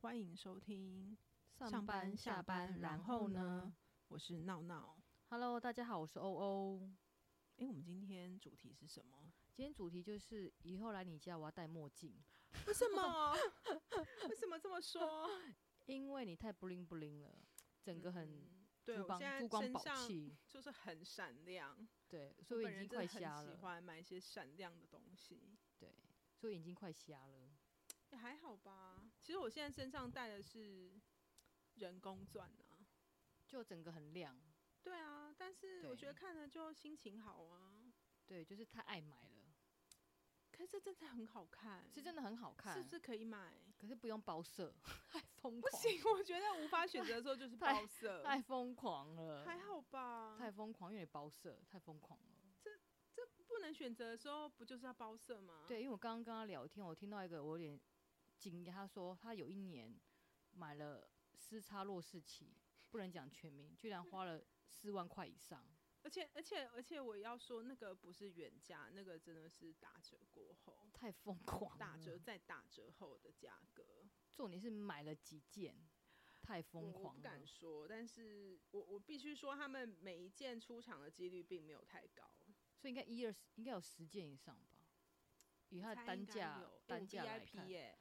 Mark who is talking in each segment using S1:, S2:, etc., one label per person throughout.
S1: 欢迎收听
S2: 上班下班，然后呢？
S1: 我是闹闹。
S2: ？Hello，大家好，我是欧欧。
S1: 诶，我们今天主题是什么？
S2: 今天主题就是以后来你家我要戴墨镜，
S1: 为什么？ 为什么这么说？
S2: 因为你太 bling bling 了，整个很
S1: 嗯对
S2: 珠
S1: 我
S2: 光
S1: 现在
S2: 珠光
S1: 身
S2: 宝
S1: 上
S2: 气，
S1: 就是很闪亮，
S2: 对，
S1: 我
S2: 所以我
S1: 本
S2: 眼
S1: 人
S2: 睛
S1: 真的
S2: 快
S1: 很
S2: 瞎
S1: 喜
S2: 了，
S1: 欢买一些闪亮的东西，
S2: 所以眼睛快瞎了。
S1: 也还好吧。其实我现在身上戴的是人工钻啊，
S2: 就整个很亮，
S1: 对啊，但是我
S2: 对
S1: 觉得看了就心情好啊。
S2: 对，就是太爱买了，
S1: 可是这真的很好看，
S2: 是真的很好看，
S1: 嗯是不是可以买？
S2: 可是不用包色， 太疯
S1: 不
S2: 狂，
S1: 行， 我觉得无法选择的时候就是
S2: 太
S1: 包色，
S2: 太疯狂了，
S1: 还好啊吧？
S2: 太疯狂，因为你包色太疯狂了。
S1: 不能选择的时候，不就是要包色吗？，
S2: 对，因为我刚刚跟他聊天，我听到一个我有点惊讶，他说他有一年买了斯差洛士奇，不能讲全名，居然花了四万块以上。
S1: 而且而且而且我要说，那个不是原价，那个真的是打折过后，
S2: 太疯狂了！
S1: 打折再打折后的价格，
S2: 重点是买了几件，太疯
S1: 我我
S2: 狂
S1: 不
S2: 了。
S1: 敢说，但是我我必须说，他们每一件出场的几率并没有太高。
S2: 所以应该一二十，应该有十件以上吧？以它
S1: 我
S2: 的
S1: 猜
S2: 单
S1: 应该
S2: 价
S1: 有哎
S2: 单
S1: 有
S2: 价来
S1: VIP
S2: 看，
S1: 耶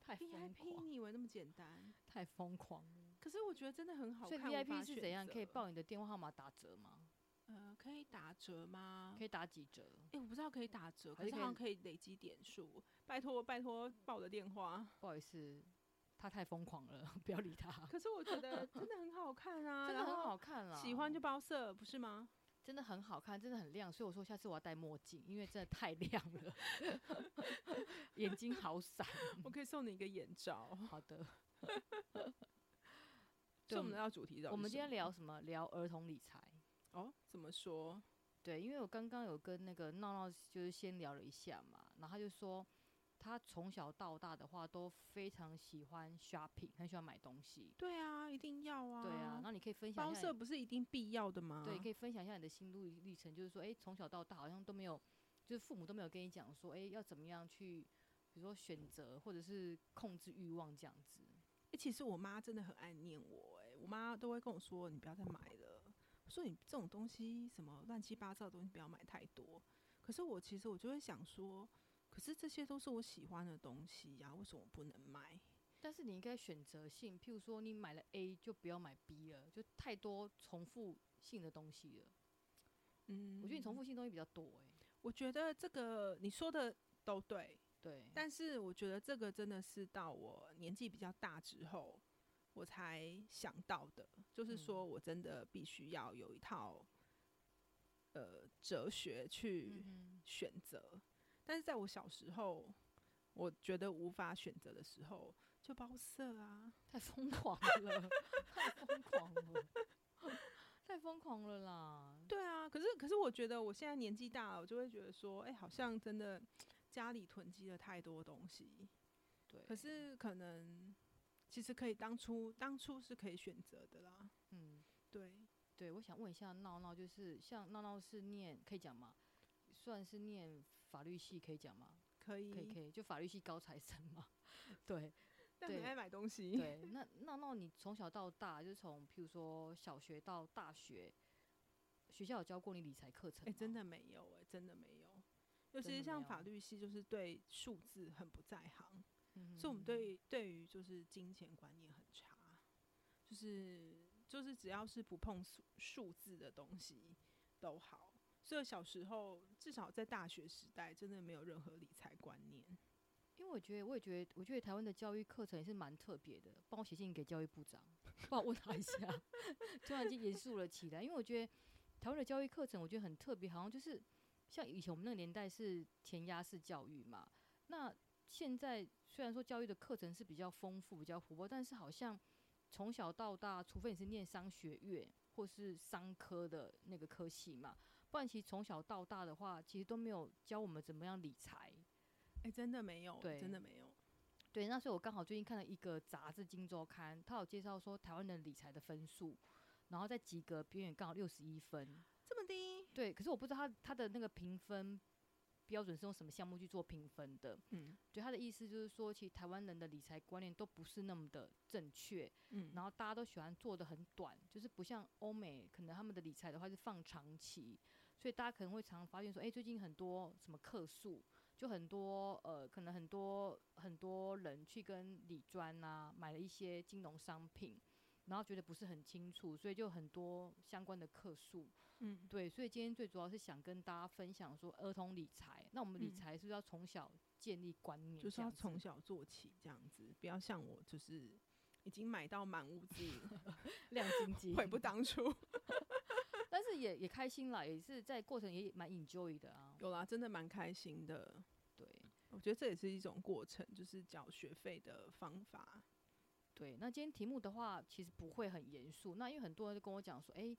S2: 太疯
S1: ，VIP
S2: 狂，
S1: 你以为那么简单？
S2: 太疯狂了。
S1: 可是我觉得真的很好
S2: 所
S1: 看。
S2: 以
S1: 无法
S2: VIP 是
S1: 选
S2: 怎样？可以
S1: 择
S2: 报你的电话号码打折吗？
S1: 呃，可以打折吗？
S2: 可以打几折？
S1: 哎、我不知道可以打折，可
S2: 还是
S1: 是好
S2: 可以
S1: 像可以累积点数。拜托，拜托，报我的电话。
S2: 不好意思，他太疯狂了， 不要理他。
S1: 可是我觉得真的很好看啊，
S2: 真的
S1: 然
S2: 很
S1: 后
S2: 好看啦，
S1: 喜欢就包色，不是吗？
S2: 真的很好看，真的很亮。所以我说下次我要戴墨镜，因为真的太亮了， 眼睛好闪。
S1: 我可以送你一个眼罩。
S2: 好的，
S1: 所以
S2: 对
S1: 我们要主题 到底是什么
S2: 我们今天聊什么？聊儿童理财。
S1: 哦，怎么说？
S2: 对，因为我刚刚有跟那个闹闹就是先聊了一下嘛，然后他就说他从小到大的话都非常喜欢 shopping，很喜欢买东西。
S1: 对啊，一定要啊。
S2: 对啊，那你可以分享
S1: 包
S2: 一下
S1: 色
S2: 你，
S1: 不是一定必要的吗？
S2: 对，可
S1: 以。
S2: 以分享一下你的心路历程，就是说，哎、从小到大好像都没有，就是父母都没有跟你讲说，哎、要怎么样去，比如说选择或者是控制欲望这样子。
S1: 其实我妈真的很爱念我、哎，我妈都会跟我说，你不要再买了。我说你这种东西，什么乱七八糟的东西，不要买太多。可是我其实我就会想说，可是这些都是我喜欢的东西呀、为什么我不能买？
S2: 但是你应该选择性，譬如说你买了 A 就不要买 B 了，就太多重复性的东西了。
S1: 嗯
S2: 我觉得你重复性东西比较多、哎，
S1: 我觉得这个你说的都对，
S2: 对，
S1: 但是我觉得这个真的是到我年纪比较大之后，我才想到的，就是
S2: 嗯
S1: 说我真的必须要有一套呃哲学去
S2: 嗯
S1: 选择。但是在我小时候，我觉得无法选择的时候，就包色啊
S2: 哼，，太疯狂了，太疯 狂了，太疯狂了啦！
S1: 对啊。可是可是我觉得我现在年纪大了，我就会觉得说，哎、好像真的家里囤积了太多东西。
S2: 对，
S1: 可是可能其实可以当初当初是可以选择的啦。
S2: 嗯，
S1: 对，
S2: 对，我想问一下闹闹，就是像闹闹是念可以讲吗？算是念法律系可以讲吗？
S1: 可以，
S2: 可以可以，就法律系高材生嘛。 对
S1: 但很
S2: 对
S1: 爱买东西。
S2: 对，那闹闹你从小到大，就是从譬如说小学到大学，学校有教过你理财课程
S1: 哎、
S2: 吗？
S1: 真的没有哎、真的没有。尤
S2: 真
S1: 其
S2: 的
S1: 是
S2: 没
S1: 像
S2: 有
S1: 法律系，就是对数字很不在行，
S2: 嗯，
S1: 所以我们对对于就是金钱观念很差，就是就是只要是不碰数数字的东西都好。所以小时候，至少在大学时代，真的没有任何理财观念。
S2: 因为我觉得，我也觉得，我觉得台湾的教育课程也是蛮特别的。帮我写信给教育部长，帮我问他一下。 突然间严肃了起来，因为我觉得台湾的教育课程，我觉得很特别，好像就是像以前我们那个年代是填鸭式教育嘛。那现在虽然说教育的课程是比较丰富、比较活泼，但是好像从小到大，除非你是念商学院或是商科的那个科系嘛，不然其实从小到大的话，其实都没有教我们怎么样理财。
S1: 哎、真的没有，
S2: 对
S1: 真的没有。
S2: 对，那所以我刚好最近看了一个杂志《金周刊》，它有介绍说台湾的理财的分数，然后在及格边缘刚好六十一分。
S1: 这么低，
S2: 对，可是我不知道它它的那个评分标准是用什么项目去做评分的。
S1: 嗯
S2: 对他的意思就是说，其实台湾人的理财观念都不是那么的正确，
S1: 嗯，
S2: 然后大家都喜欢做的很短，就是不像欧美，可能他们的理财的话是放长期，所以大家可能会常发现说，哎、最近很多什么客诉，就很多呃，可能很多很多人去跟理专啊买了一些金融商品，然后觉得不是很清楚，所以就很多相关的客诉。
S1: 嗯
S2: 对，所以今天最主要是想跟大家分享说儿童理财，那我们理
S1: 嗯
S2: 财是不是要从小建立观念这样
S1: 就
S2: 子？
S1: 是要从小做起，这样子，不要像我就是已经买到满屋子
S2: 亮 晶晶，
S1: 悔不当初。
S2: 但是也也开心啦，也是在过程也蛮 enjoy 的啊。
S1: 有啦，真的蛮开心的。
S2: 对
S1: 我觉得这也是一种过程，就是缴学费的方法。
S2: 对，那今天题目的话，其实不会很严肃。那因为很多人就跟我讲说，哎、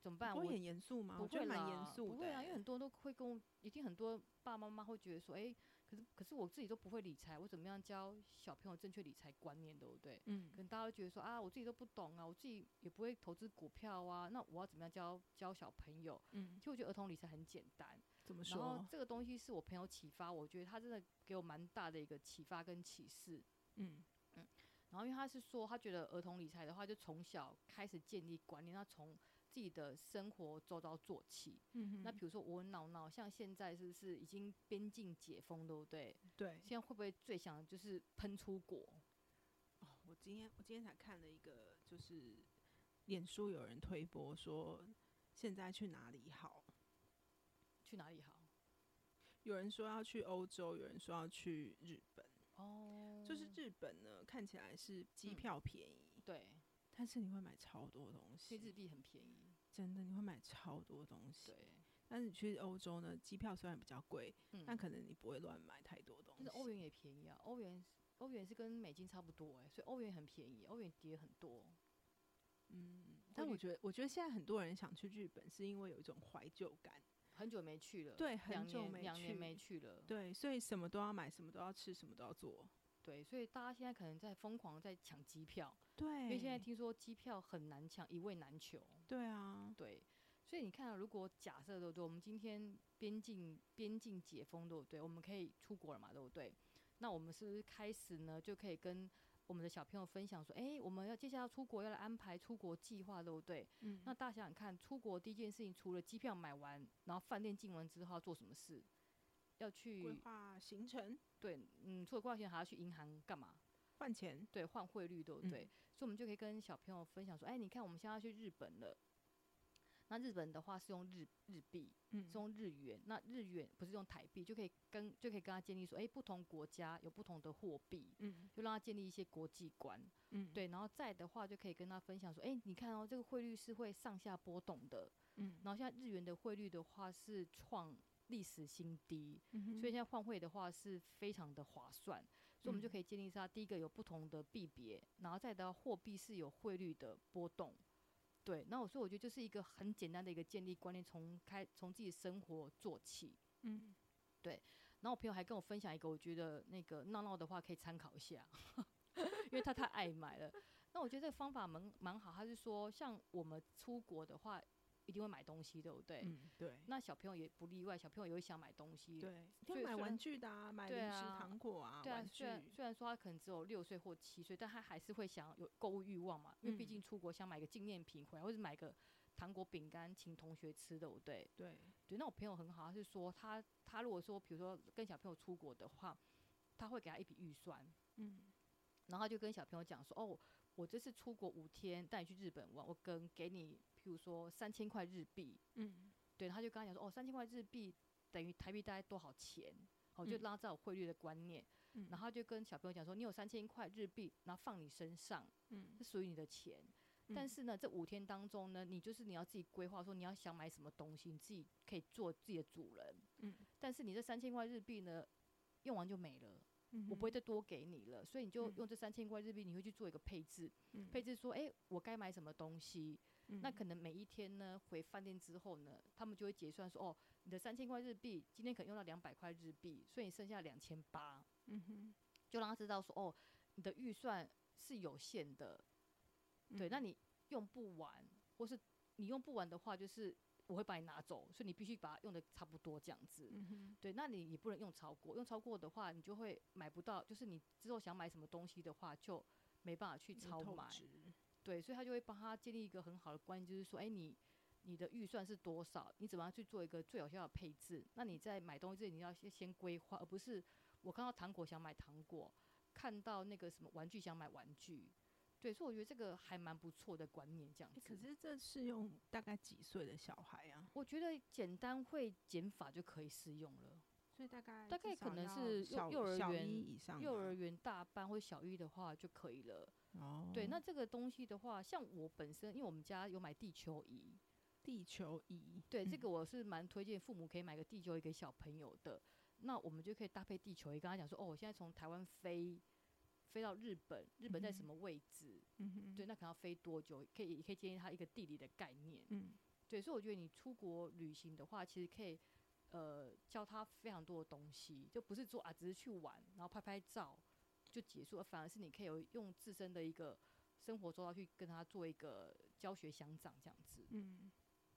S2: 怎么办？
S1: 不
S2: 我
S1: 会很严肃吗？
S2: 不
S1: 我觉得
S2: 会
S1: 蛮
S2: 啦
S1: 严肃
S2: 不
S1: 的
S2: 会
S1: 欸、
S2: 啊，因为很多人都会跟我，一定很多爸爸妈妈会觉得说，哎、可是可是我自己都不会理财，我怎么样教小朋友正确理财观念，对不对？
S1: 嗯
S2: 可能大家都觉得说啊，我自己都不懂啊，我自己也不会投资股票啊，那我要怎么样教教小朋友？
S1: 嗯
S2: 其，实我觉得儿童理财很简单，
S1: 怎么
S2: 然后
S1: 说？
S2: 这个东西是我朋友启发，我觉得他真的给我蛮大的一个启发跟启示。
S1: 嗯
S2: 然后因为他是说，他觉得儿童理财的话，就从小开始建立观念，要从自己的生活周遭做起。
S1: 嗯哼，
S2: 那比如说我我闹闹，像现在是不是已经边境解封，对不对？
S1: 对，
S2: 现在会不会最想就是喷出国？
S1: 哦，我今天我今天才看了一个，就是脸书有人推播说现在去哪里好，
S2: 去哪里好？
S1: 有人说要去欧洲，有人说要去日本。
S2: 哦
S1: 就是日本呢，看起来是机
S2: 嗯
S1: 票便宜，
S2: 对，
S1: 但是你会买超多东
S2: 所
S1: 西，
S2: 以日币很便宜。
S1: 真的你会买超多东西。
S2: 对，
S1: 但是你去欧洲呢，机票虽然比较贵，
S2: 嗯，
S1: 但可能你不会乱买太多东
S2: 但
S1: 西。
S2: 是欧元也便宜啊，欧元欧元是跟美金差不多哎、所以欧元很便宜，欧元跌很多。
S1: 嗯，但
S2: 汇
S1: 我
S2: 率
S1: 觉得，我觉得现在很多人想去日本，是因为有一种怀旧感。
S2: 很久没去了，
S1: 对很
S2: 两
S1: 久
S2: 年
S1: 没
S2: 两年
S1: 去
S2: 没去了，
S1: 对，所以什么都要买，什么都要吃，什么都要做。
S2: 对，所以大家现在可能在疯狂在抢机票，
S1: 对，
S2: 因为现在听说机票很难抢，一位难求，
S1: 对啊，
S2: 对，所以你看啊、如果假设对不对，我们今天边境边境解封对不对，我们可以出国了嘛，对不对？那我们是不是开始呢，就可以跟我们的小朋友分享说，哎、我们要接下来要出国要来安排出国计划，对不对？
S1: 嗯，
S2: 那大家想想看，出国第一件事情，除了机票买完，然后饭店订完之后要做什么事？要去
S1: 规划行程、
S2: 对，嗯，除了挂钱还要去银行干嘛？
S1: 换钱，
S2: 对，换汇率，对不对？所以我们就可以跟小朋友分享说，哎，你看我们现在要去日本了。那日本的话是用日日币，
S1: 嗯
S2: 是用日元，那日元不是用台币，就可以跟就可以跟他建立说，哎，不同国家有不同的货币，
S1: 嗯
S2: 就让他建立一些国际观。
S1: 嗯，，
S2: 对，然后再的话就可以跟他分享说，哎，你看哦，这个汇率是会上下波动的。
S1: 嗯，
S2: 然后现在日元的汇率的话是创历史新低，所以
S1: 以
S2: 现在换汇的话是非常的划算，所以我们就
S1: 嗯
S2: 可以建立它第一个有不同的币别，然后再到货币是有汇率的波动。对，那我说我觉得就是一个很简单的一个建立观念，从开从自己生活做起。
S1: 嗯，
S2: 然后我朋友还跟我分享一个，我觉得那个闹闹的话可以参考一下， 因为他太爱买了。那我觉得这个方法蛮蛮好，他是说像我们出国的话，一定会买东西，对不对？
S1: 嗯，对，
S2: 那小朋友也不例外，小朋友也会想买东西，
S1: 对，
S2: 所
S1: 要
S2: 以
S1: 买
S2: 虽
S1: 玩
S2: 然
S1: 具的啊，买零
S2: 对
S1: 食、
S2: 啊
S1: 糖果啊，
S2: 对啊
S1: 玩，具
S2: 虽，然虽然说他可能只有六岁或七岁，但他还是会想要有购物欲望嘛，因为毕
S1: 嗯
S2: 竟出国想买个纪念品回来，或者买个糖果、饼干请同学吃的，对不对？
S1: 对，
S2: 对，那我朋友很好，他是说他他如果说比如说跟小朋友出国的话，他会给他一笔预算，
S1: 嗯
S2: 然后他就跟小朋友讲说，哦，我这次出国五天，带你去日本玩，我跟给你，譬如说三千块日币，
S1: 嗯
S2: 对，他就跟他讲说，哦，三千块日币等于台币大概多少钱？哦，就
S1: 嗯
S2: 拉到汇率的观念。
S1: 嗯，
S2: 然后他就跟小朋友讲说，你有三千块日币，然后放你身上，
S1: 嗯，
S2: 是属于你的钱。但
S1: 嗯
S2: 是呢，这五天当中呢，你就是你要自己规划，说你要想买什么东西，你自己可以做自己的主人。
S1: 嗯，
S2: 但是你这三千块日币呢，用完就没了，
S1: 嗯
S2: 我
S1: 哼
S2: 不会再多给你了，所以你就
S1: 嗯
S2: 用这三千块日币，你会去做一个配置，
S1: 嗯
S2: 配置说，诶，我该买什么东西，那
S1: 嗯
S2: 可能每一天呢，回饭店之后呢，他们就会结算说，哦，你的三千块日币今天可能用到两百块日币，所以你剩下两千八，
S1: 嗯哼
S2: 就让他知道说，哦，你的预算是有限的，对，那
S1: 嗯
S2: 你用不完，或是你用不完的话，就是我会把你拿走，所以你必须把它用的差不多这样子。
S1: 嗯哼，
S2: 对，那你也不能用超过，用超过的话，你就会买不到，就是你之后想买什么东西的话，就没办法去
S1: 有
S2: 超
S1: 透
S2: 买。
S1: 支
S2: 对，所以他就会帮他建立一个很好的观念，就是说，哎、你你的预算是多少？你怎么样去做一个最有效的配置？那你在买东西之前，你要先先规划，而不是我看到糖果想买糖果，看到那个什么玩具想买玩具。对，所以我觉得这个还蛮不错的观念，这样
S1: 诶
S2: 子。
S1: 可是这适用大概几岁的小孩啊？
S2: 我觉得简单会减法就可以适用了。
S1: 所以大概
S2: 大
S1: 至
S2: 概可
S1: 少
S2: 能
S1: 要
S2: 是幼
S1: 小
S2: 幼儿
S1: 小
S2: 园
S1: 一以上
S2: 幼
S1: 吗
S2: 儿园大班或小一的话就可以了。
S1: 哦，
S2: 对，那这个东西的话，像我本身，因为我们家有买地球仪，
S1: 地球仪
S2: 对，这
S1: 嗯
S2: 个我是蛮推荐父母可以买个地球仪给小朋友的。那我们就可以搭配地球仪，跟他讲说，哦，我现在从台湾飞飞到日本，日本在什
S1: 嗯
S2: 么位置？
S1: 嗯哼
S2: 对，那可能要飞多久？可以也可以建议他一个地理的概念。
S1: 嗯
S2: 对，所以我觉得你出国旅行的话，其实可以呃教他非常多的东西，就不是说啊只是去玩，然后拍拍照就结束，反而是你可以有用自身的一个生活周到去跟他做一个教学相长这样子。
S1: 嗯，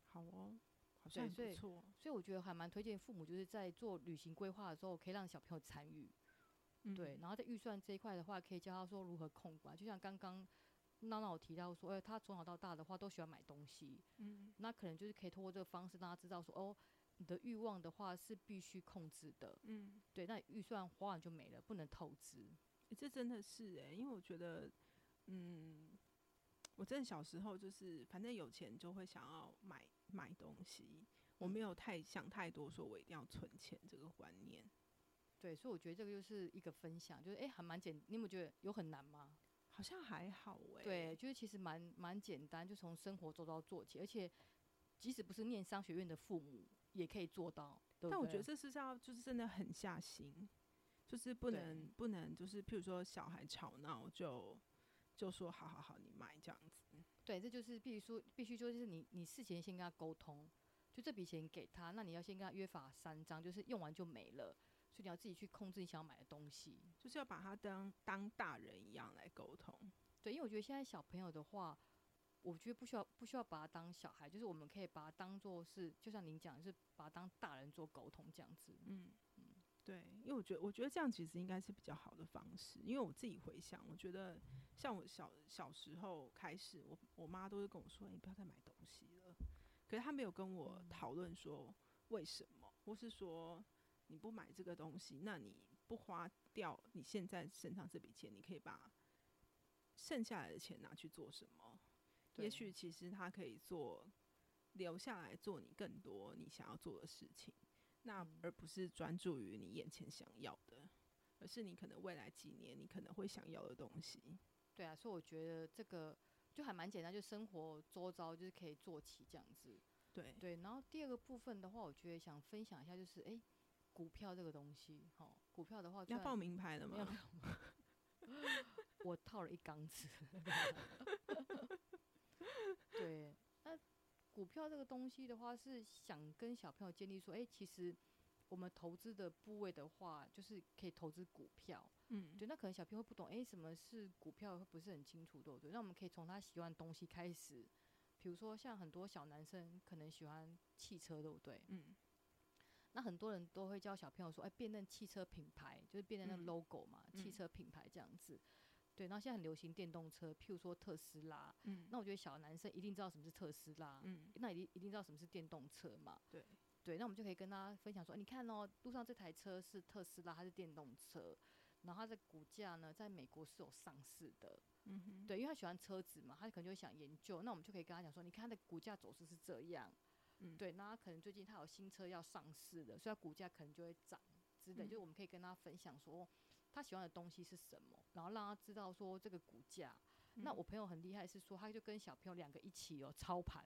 S1: 好哦，好
S2: 对
S1: 像很
S2: 所以
S1: 不错，
S2: 所以我觉得还蛮推荐父母就是在做旅行规划的时候，可以让小朋友参与，对，
S1: 嗯
S2: 然后在预算这一块的话，可以教他说如何控管，就像刚刚。闹闹有提到说，哎、他从小到大的话都喜欢买东西，
S1: 嗯
S2: 那可能就是可以通过这个方式让他知道说，哦，你的欲望的话是必须控制的，
S1: 嗯，
S2: 对，那预算花完就没了，不能透支。
S1: 诶这真的是哎、因为我觉得，嗯，我真的小时候就是，反正有钱就会想要买买东西，
S2: 嗯
S1: 我没有太想太多，说我一定要存钱这个观念。
S2: 对，所以我觉得这个就是一个分享，就是哎、诶还蛮简，你有没有觉得有很难吗？
S1: 好像还好哎、
S2: 对，，就是其实蛮蛮简单，就从生活周遭做起，而且即使不是念商学院的父母也可以做到。对不
S1: 但我觉
S2: 对
S1: 得这是要就是真的很下心，就是不
S2: 对
S1: 能不能就是，譬如说小孩吵闹就就说好好好，你买这样子。
S2: 对，这就是必须说，必须就是你你事前先跟他沟通，就这笔钱给他，那你要先跟他约法三章，就是用完就没了，所以你要自己去控制你想要买的东西。
S1: 就是要把他当当大人一样来沟通。
S2: 对，因为我觉得现在小朋友的话，我觉得不需要不需要把他当小孩，就是我们可以把他当做是，就像您讲，是把他当大人做沟通这样子。
S1: 嗯对，因为我觉得我觉得这样其实应该是比较好的方式，因为我自己回想，我觉得像我小小时候开始，我我妈都是跟我说：“哎你、不要再买东西了。”可是她没有跟我
S2: 嗯
S1: 讨论说为什么，或是说你不买这个东西，那你不花掉你现在身上这笔钱，你可以把剩下来的钱拿去做什么？也
S2: 对
S1: 许其实它可以做留下来做你更多你想要做的事情，那
S2: 嗯
S1: 而不是专注于你眼前想要的，而是你可能未来几年你可能会想要的东西。
S2: 对啊，所以我觉得这个就还蛮简单，就生活周遭就是可以做起这样子。
S1: 对，
S2: 对，然后第二个部分的话，我觉得想分享一下，就是诶，股票这个东西，哈、股票的话
S1: 要
S2: 虽然
S1: 报名牌了
S2: 没有
S1: 吗？
S2: 我套了一缸子。对，那股票这个东西的话，是想跟小朋友建立说，哎、其实我们投资的部位的话，就是可以投资股票。
S1: 嗯，
S2: 对，那可能小朋友会不懂，哎、什么是股票，会不是很清楚，对不对？那我们可以从他喜欢的东西开始，比如说像很多小男生可能喜欢汽车，对不对？
S1: 嗯，
S2: 那很多人都会教小朋友说，哎、辨认汽车品牌，就是辨认那个
S1: 嗯
S2: logo 嘛，汽
S1: 嗯
S2: 车品牌这样子。对，然后现在很流行电动车，譬如说特斯拉。
S1: 嗯
S2: 那我觉得小男生一定知道什么是特斯拉，
S1: 嗯，
S2: 那一定一定知道什么是电动车嘛。
S1: 对，
S2: 对，那我们就可以跟他分享说，哎你看哦，路上这台车是特斯拉，它是电动车，然后它的股价呢，在美国是有上市的。
S1: 嗯哼，
S2: 对，因为他喜欢车子嘛，他可能就会想研究。那我们就可以跟他讲说，你看它的股价走势是这样，
S1: 嗯
S2: 对，那他可能最近他有新车要上市了，所以它股价可能就会涨之类。
S1: 嗯
S2: 就我们可以跟他分享说，哦他喜欢的东西是什么，然后让他知道说这个股价。那
S1: 嗯
S2: 我朋友很厉害，是说他就跟小朋友两个一起有操盘，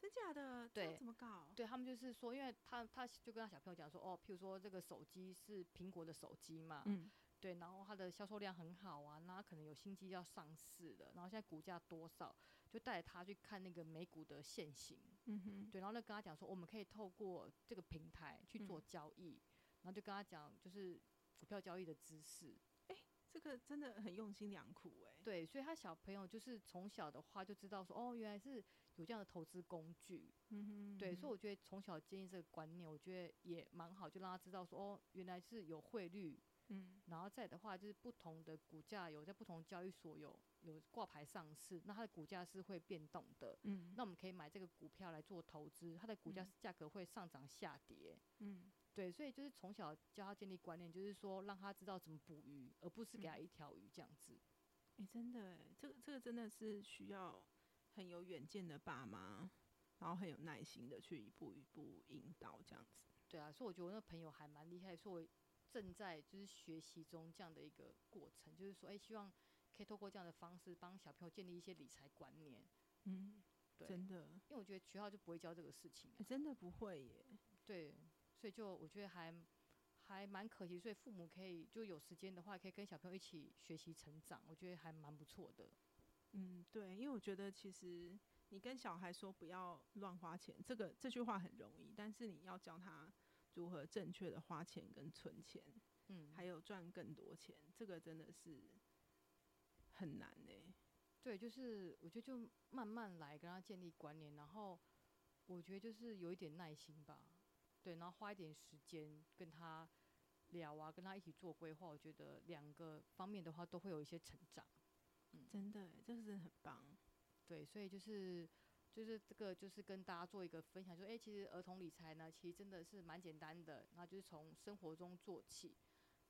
S1: 真假的？这样
S2: 对
S1: 怎么搞？
S2: 对他们就是说，因为他他就跟他小朋友讲说，哦，譬如说这个手机是苹果的手机嘛，
S1: 嗯
S2: 对，然后它的销售量很好啊，那它可能有新机要上市了，然后现在股价多少，就带着他去看那个美股的现行，
S1: 嗯哼，
S2: 对，然后呢跟他讲说，我们可以透过这个平台去做
S1: 嗯
S2: 交易，然后就跟他讲就是股票交易的知识，
S1: 这个真的很用心良苦哎、
S2: 对，所以他小朋友就是从小的话就知道说，哦，原来是有这样的投资工具。
S1: 嗯哼，
S2: 对，所以我觉得从小建立这个观念，我觉得也蛮好，就让他知道说哦，原来是有汇率，
S1: 嗯
S2: 然后再的话就是不同的股价有在不同交易所有有挂牌上市，那它的股价是会变动的。
S1: 嗯
S2: 那我们可以买这个股票来做投资，它的股价
S1: 嗯
S2: 是价格会上涨下跌。
S1: 嗯
S2: 对，所以就是从小教他建立观念，就是说让他知道怎么捕鱼，而不是给
S1: 嗯
S2: 他一条鱼这样子。
S1: 哎、真的哎，这个这个真的是需要很有远见的爸妈，然后很有耐心的去一步一步引导这样子。嗯
S2: 对啊，所以我觉得我那朋友还蛮厉害，所以我正在就是学习中这样的一个过程，就是说，哎、希望可以透过这样的方式帮小朋友建立一些理财观念，
S1: 嗯，
S2: 对
S1: 真的，
S2: 因为我觉得学校就不会教这个事情、
S1: 哎、
S2: 啊，
S1: 真的不会耶。
S2: 对，所以就我觉得还还蛮可惜，所以父母可以就有时间的话，可以跟小朋友一起学习成长，我觉得还蛮不错的。
S1: 嗯，对，因为我觉得其实你跟小孩说不要乱花钱，这个这句话很容易，但是你要教他如何正确的花钱跟存钱，
S2: 嗯，
S1: 还有赚更多钱，这个真的是很难呢、
S2: 对，就是我觉得就慢慢来跟他建立关联，然后我觉得就是有一点耐心吧，对，然后花一点时间跟他聊啊，跟他一起做规划，我觉得两个方面的话都会有一些成长，
S1: 真的耶，这个真的很棒。
S2: 对，所以就是就是这个就是跟大家做一个分享，说，诶，其实儿童理财呢，其实真的是蛮简单的，然后就是从生活中做起，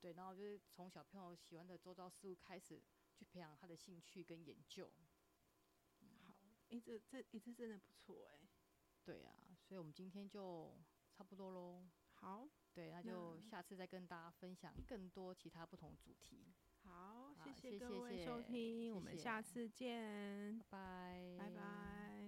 S2: 对，然后就是从小朋友喜欢的周遭事物开始去培养他的兴趣跟研究，
S1: 好，诶、这这诶、这真的不错哎诶、
S2: 对啊，所以我们今天就差不多喽。
S1: 好，
S2: 对，那就
S1: 那
S2: 下次再跟大家分享更多其他不同的主题。
S1: 好，
S2: 好
S1: 谢
S2: 谢
S1: 各
S2: 谢
S1: 位收
S2: 谢
S1: 听，我
S2: 谢
S1: 们下
S2: 谢
S1: 次见，
S2: 拜拜，
S1: 拜拜。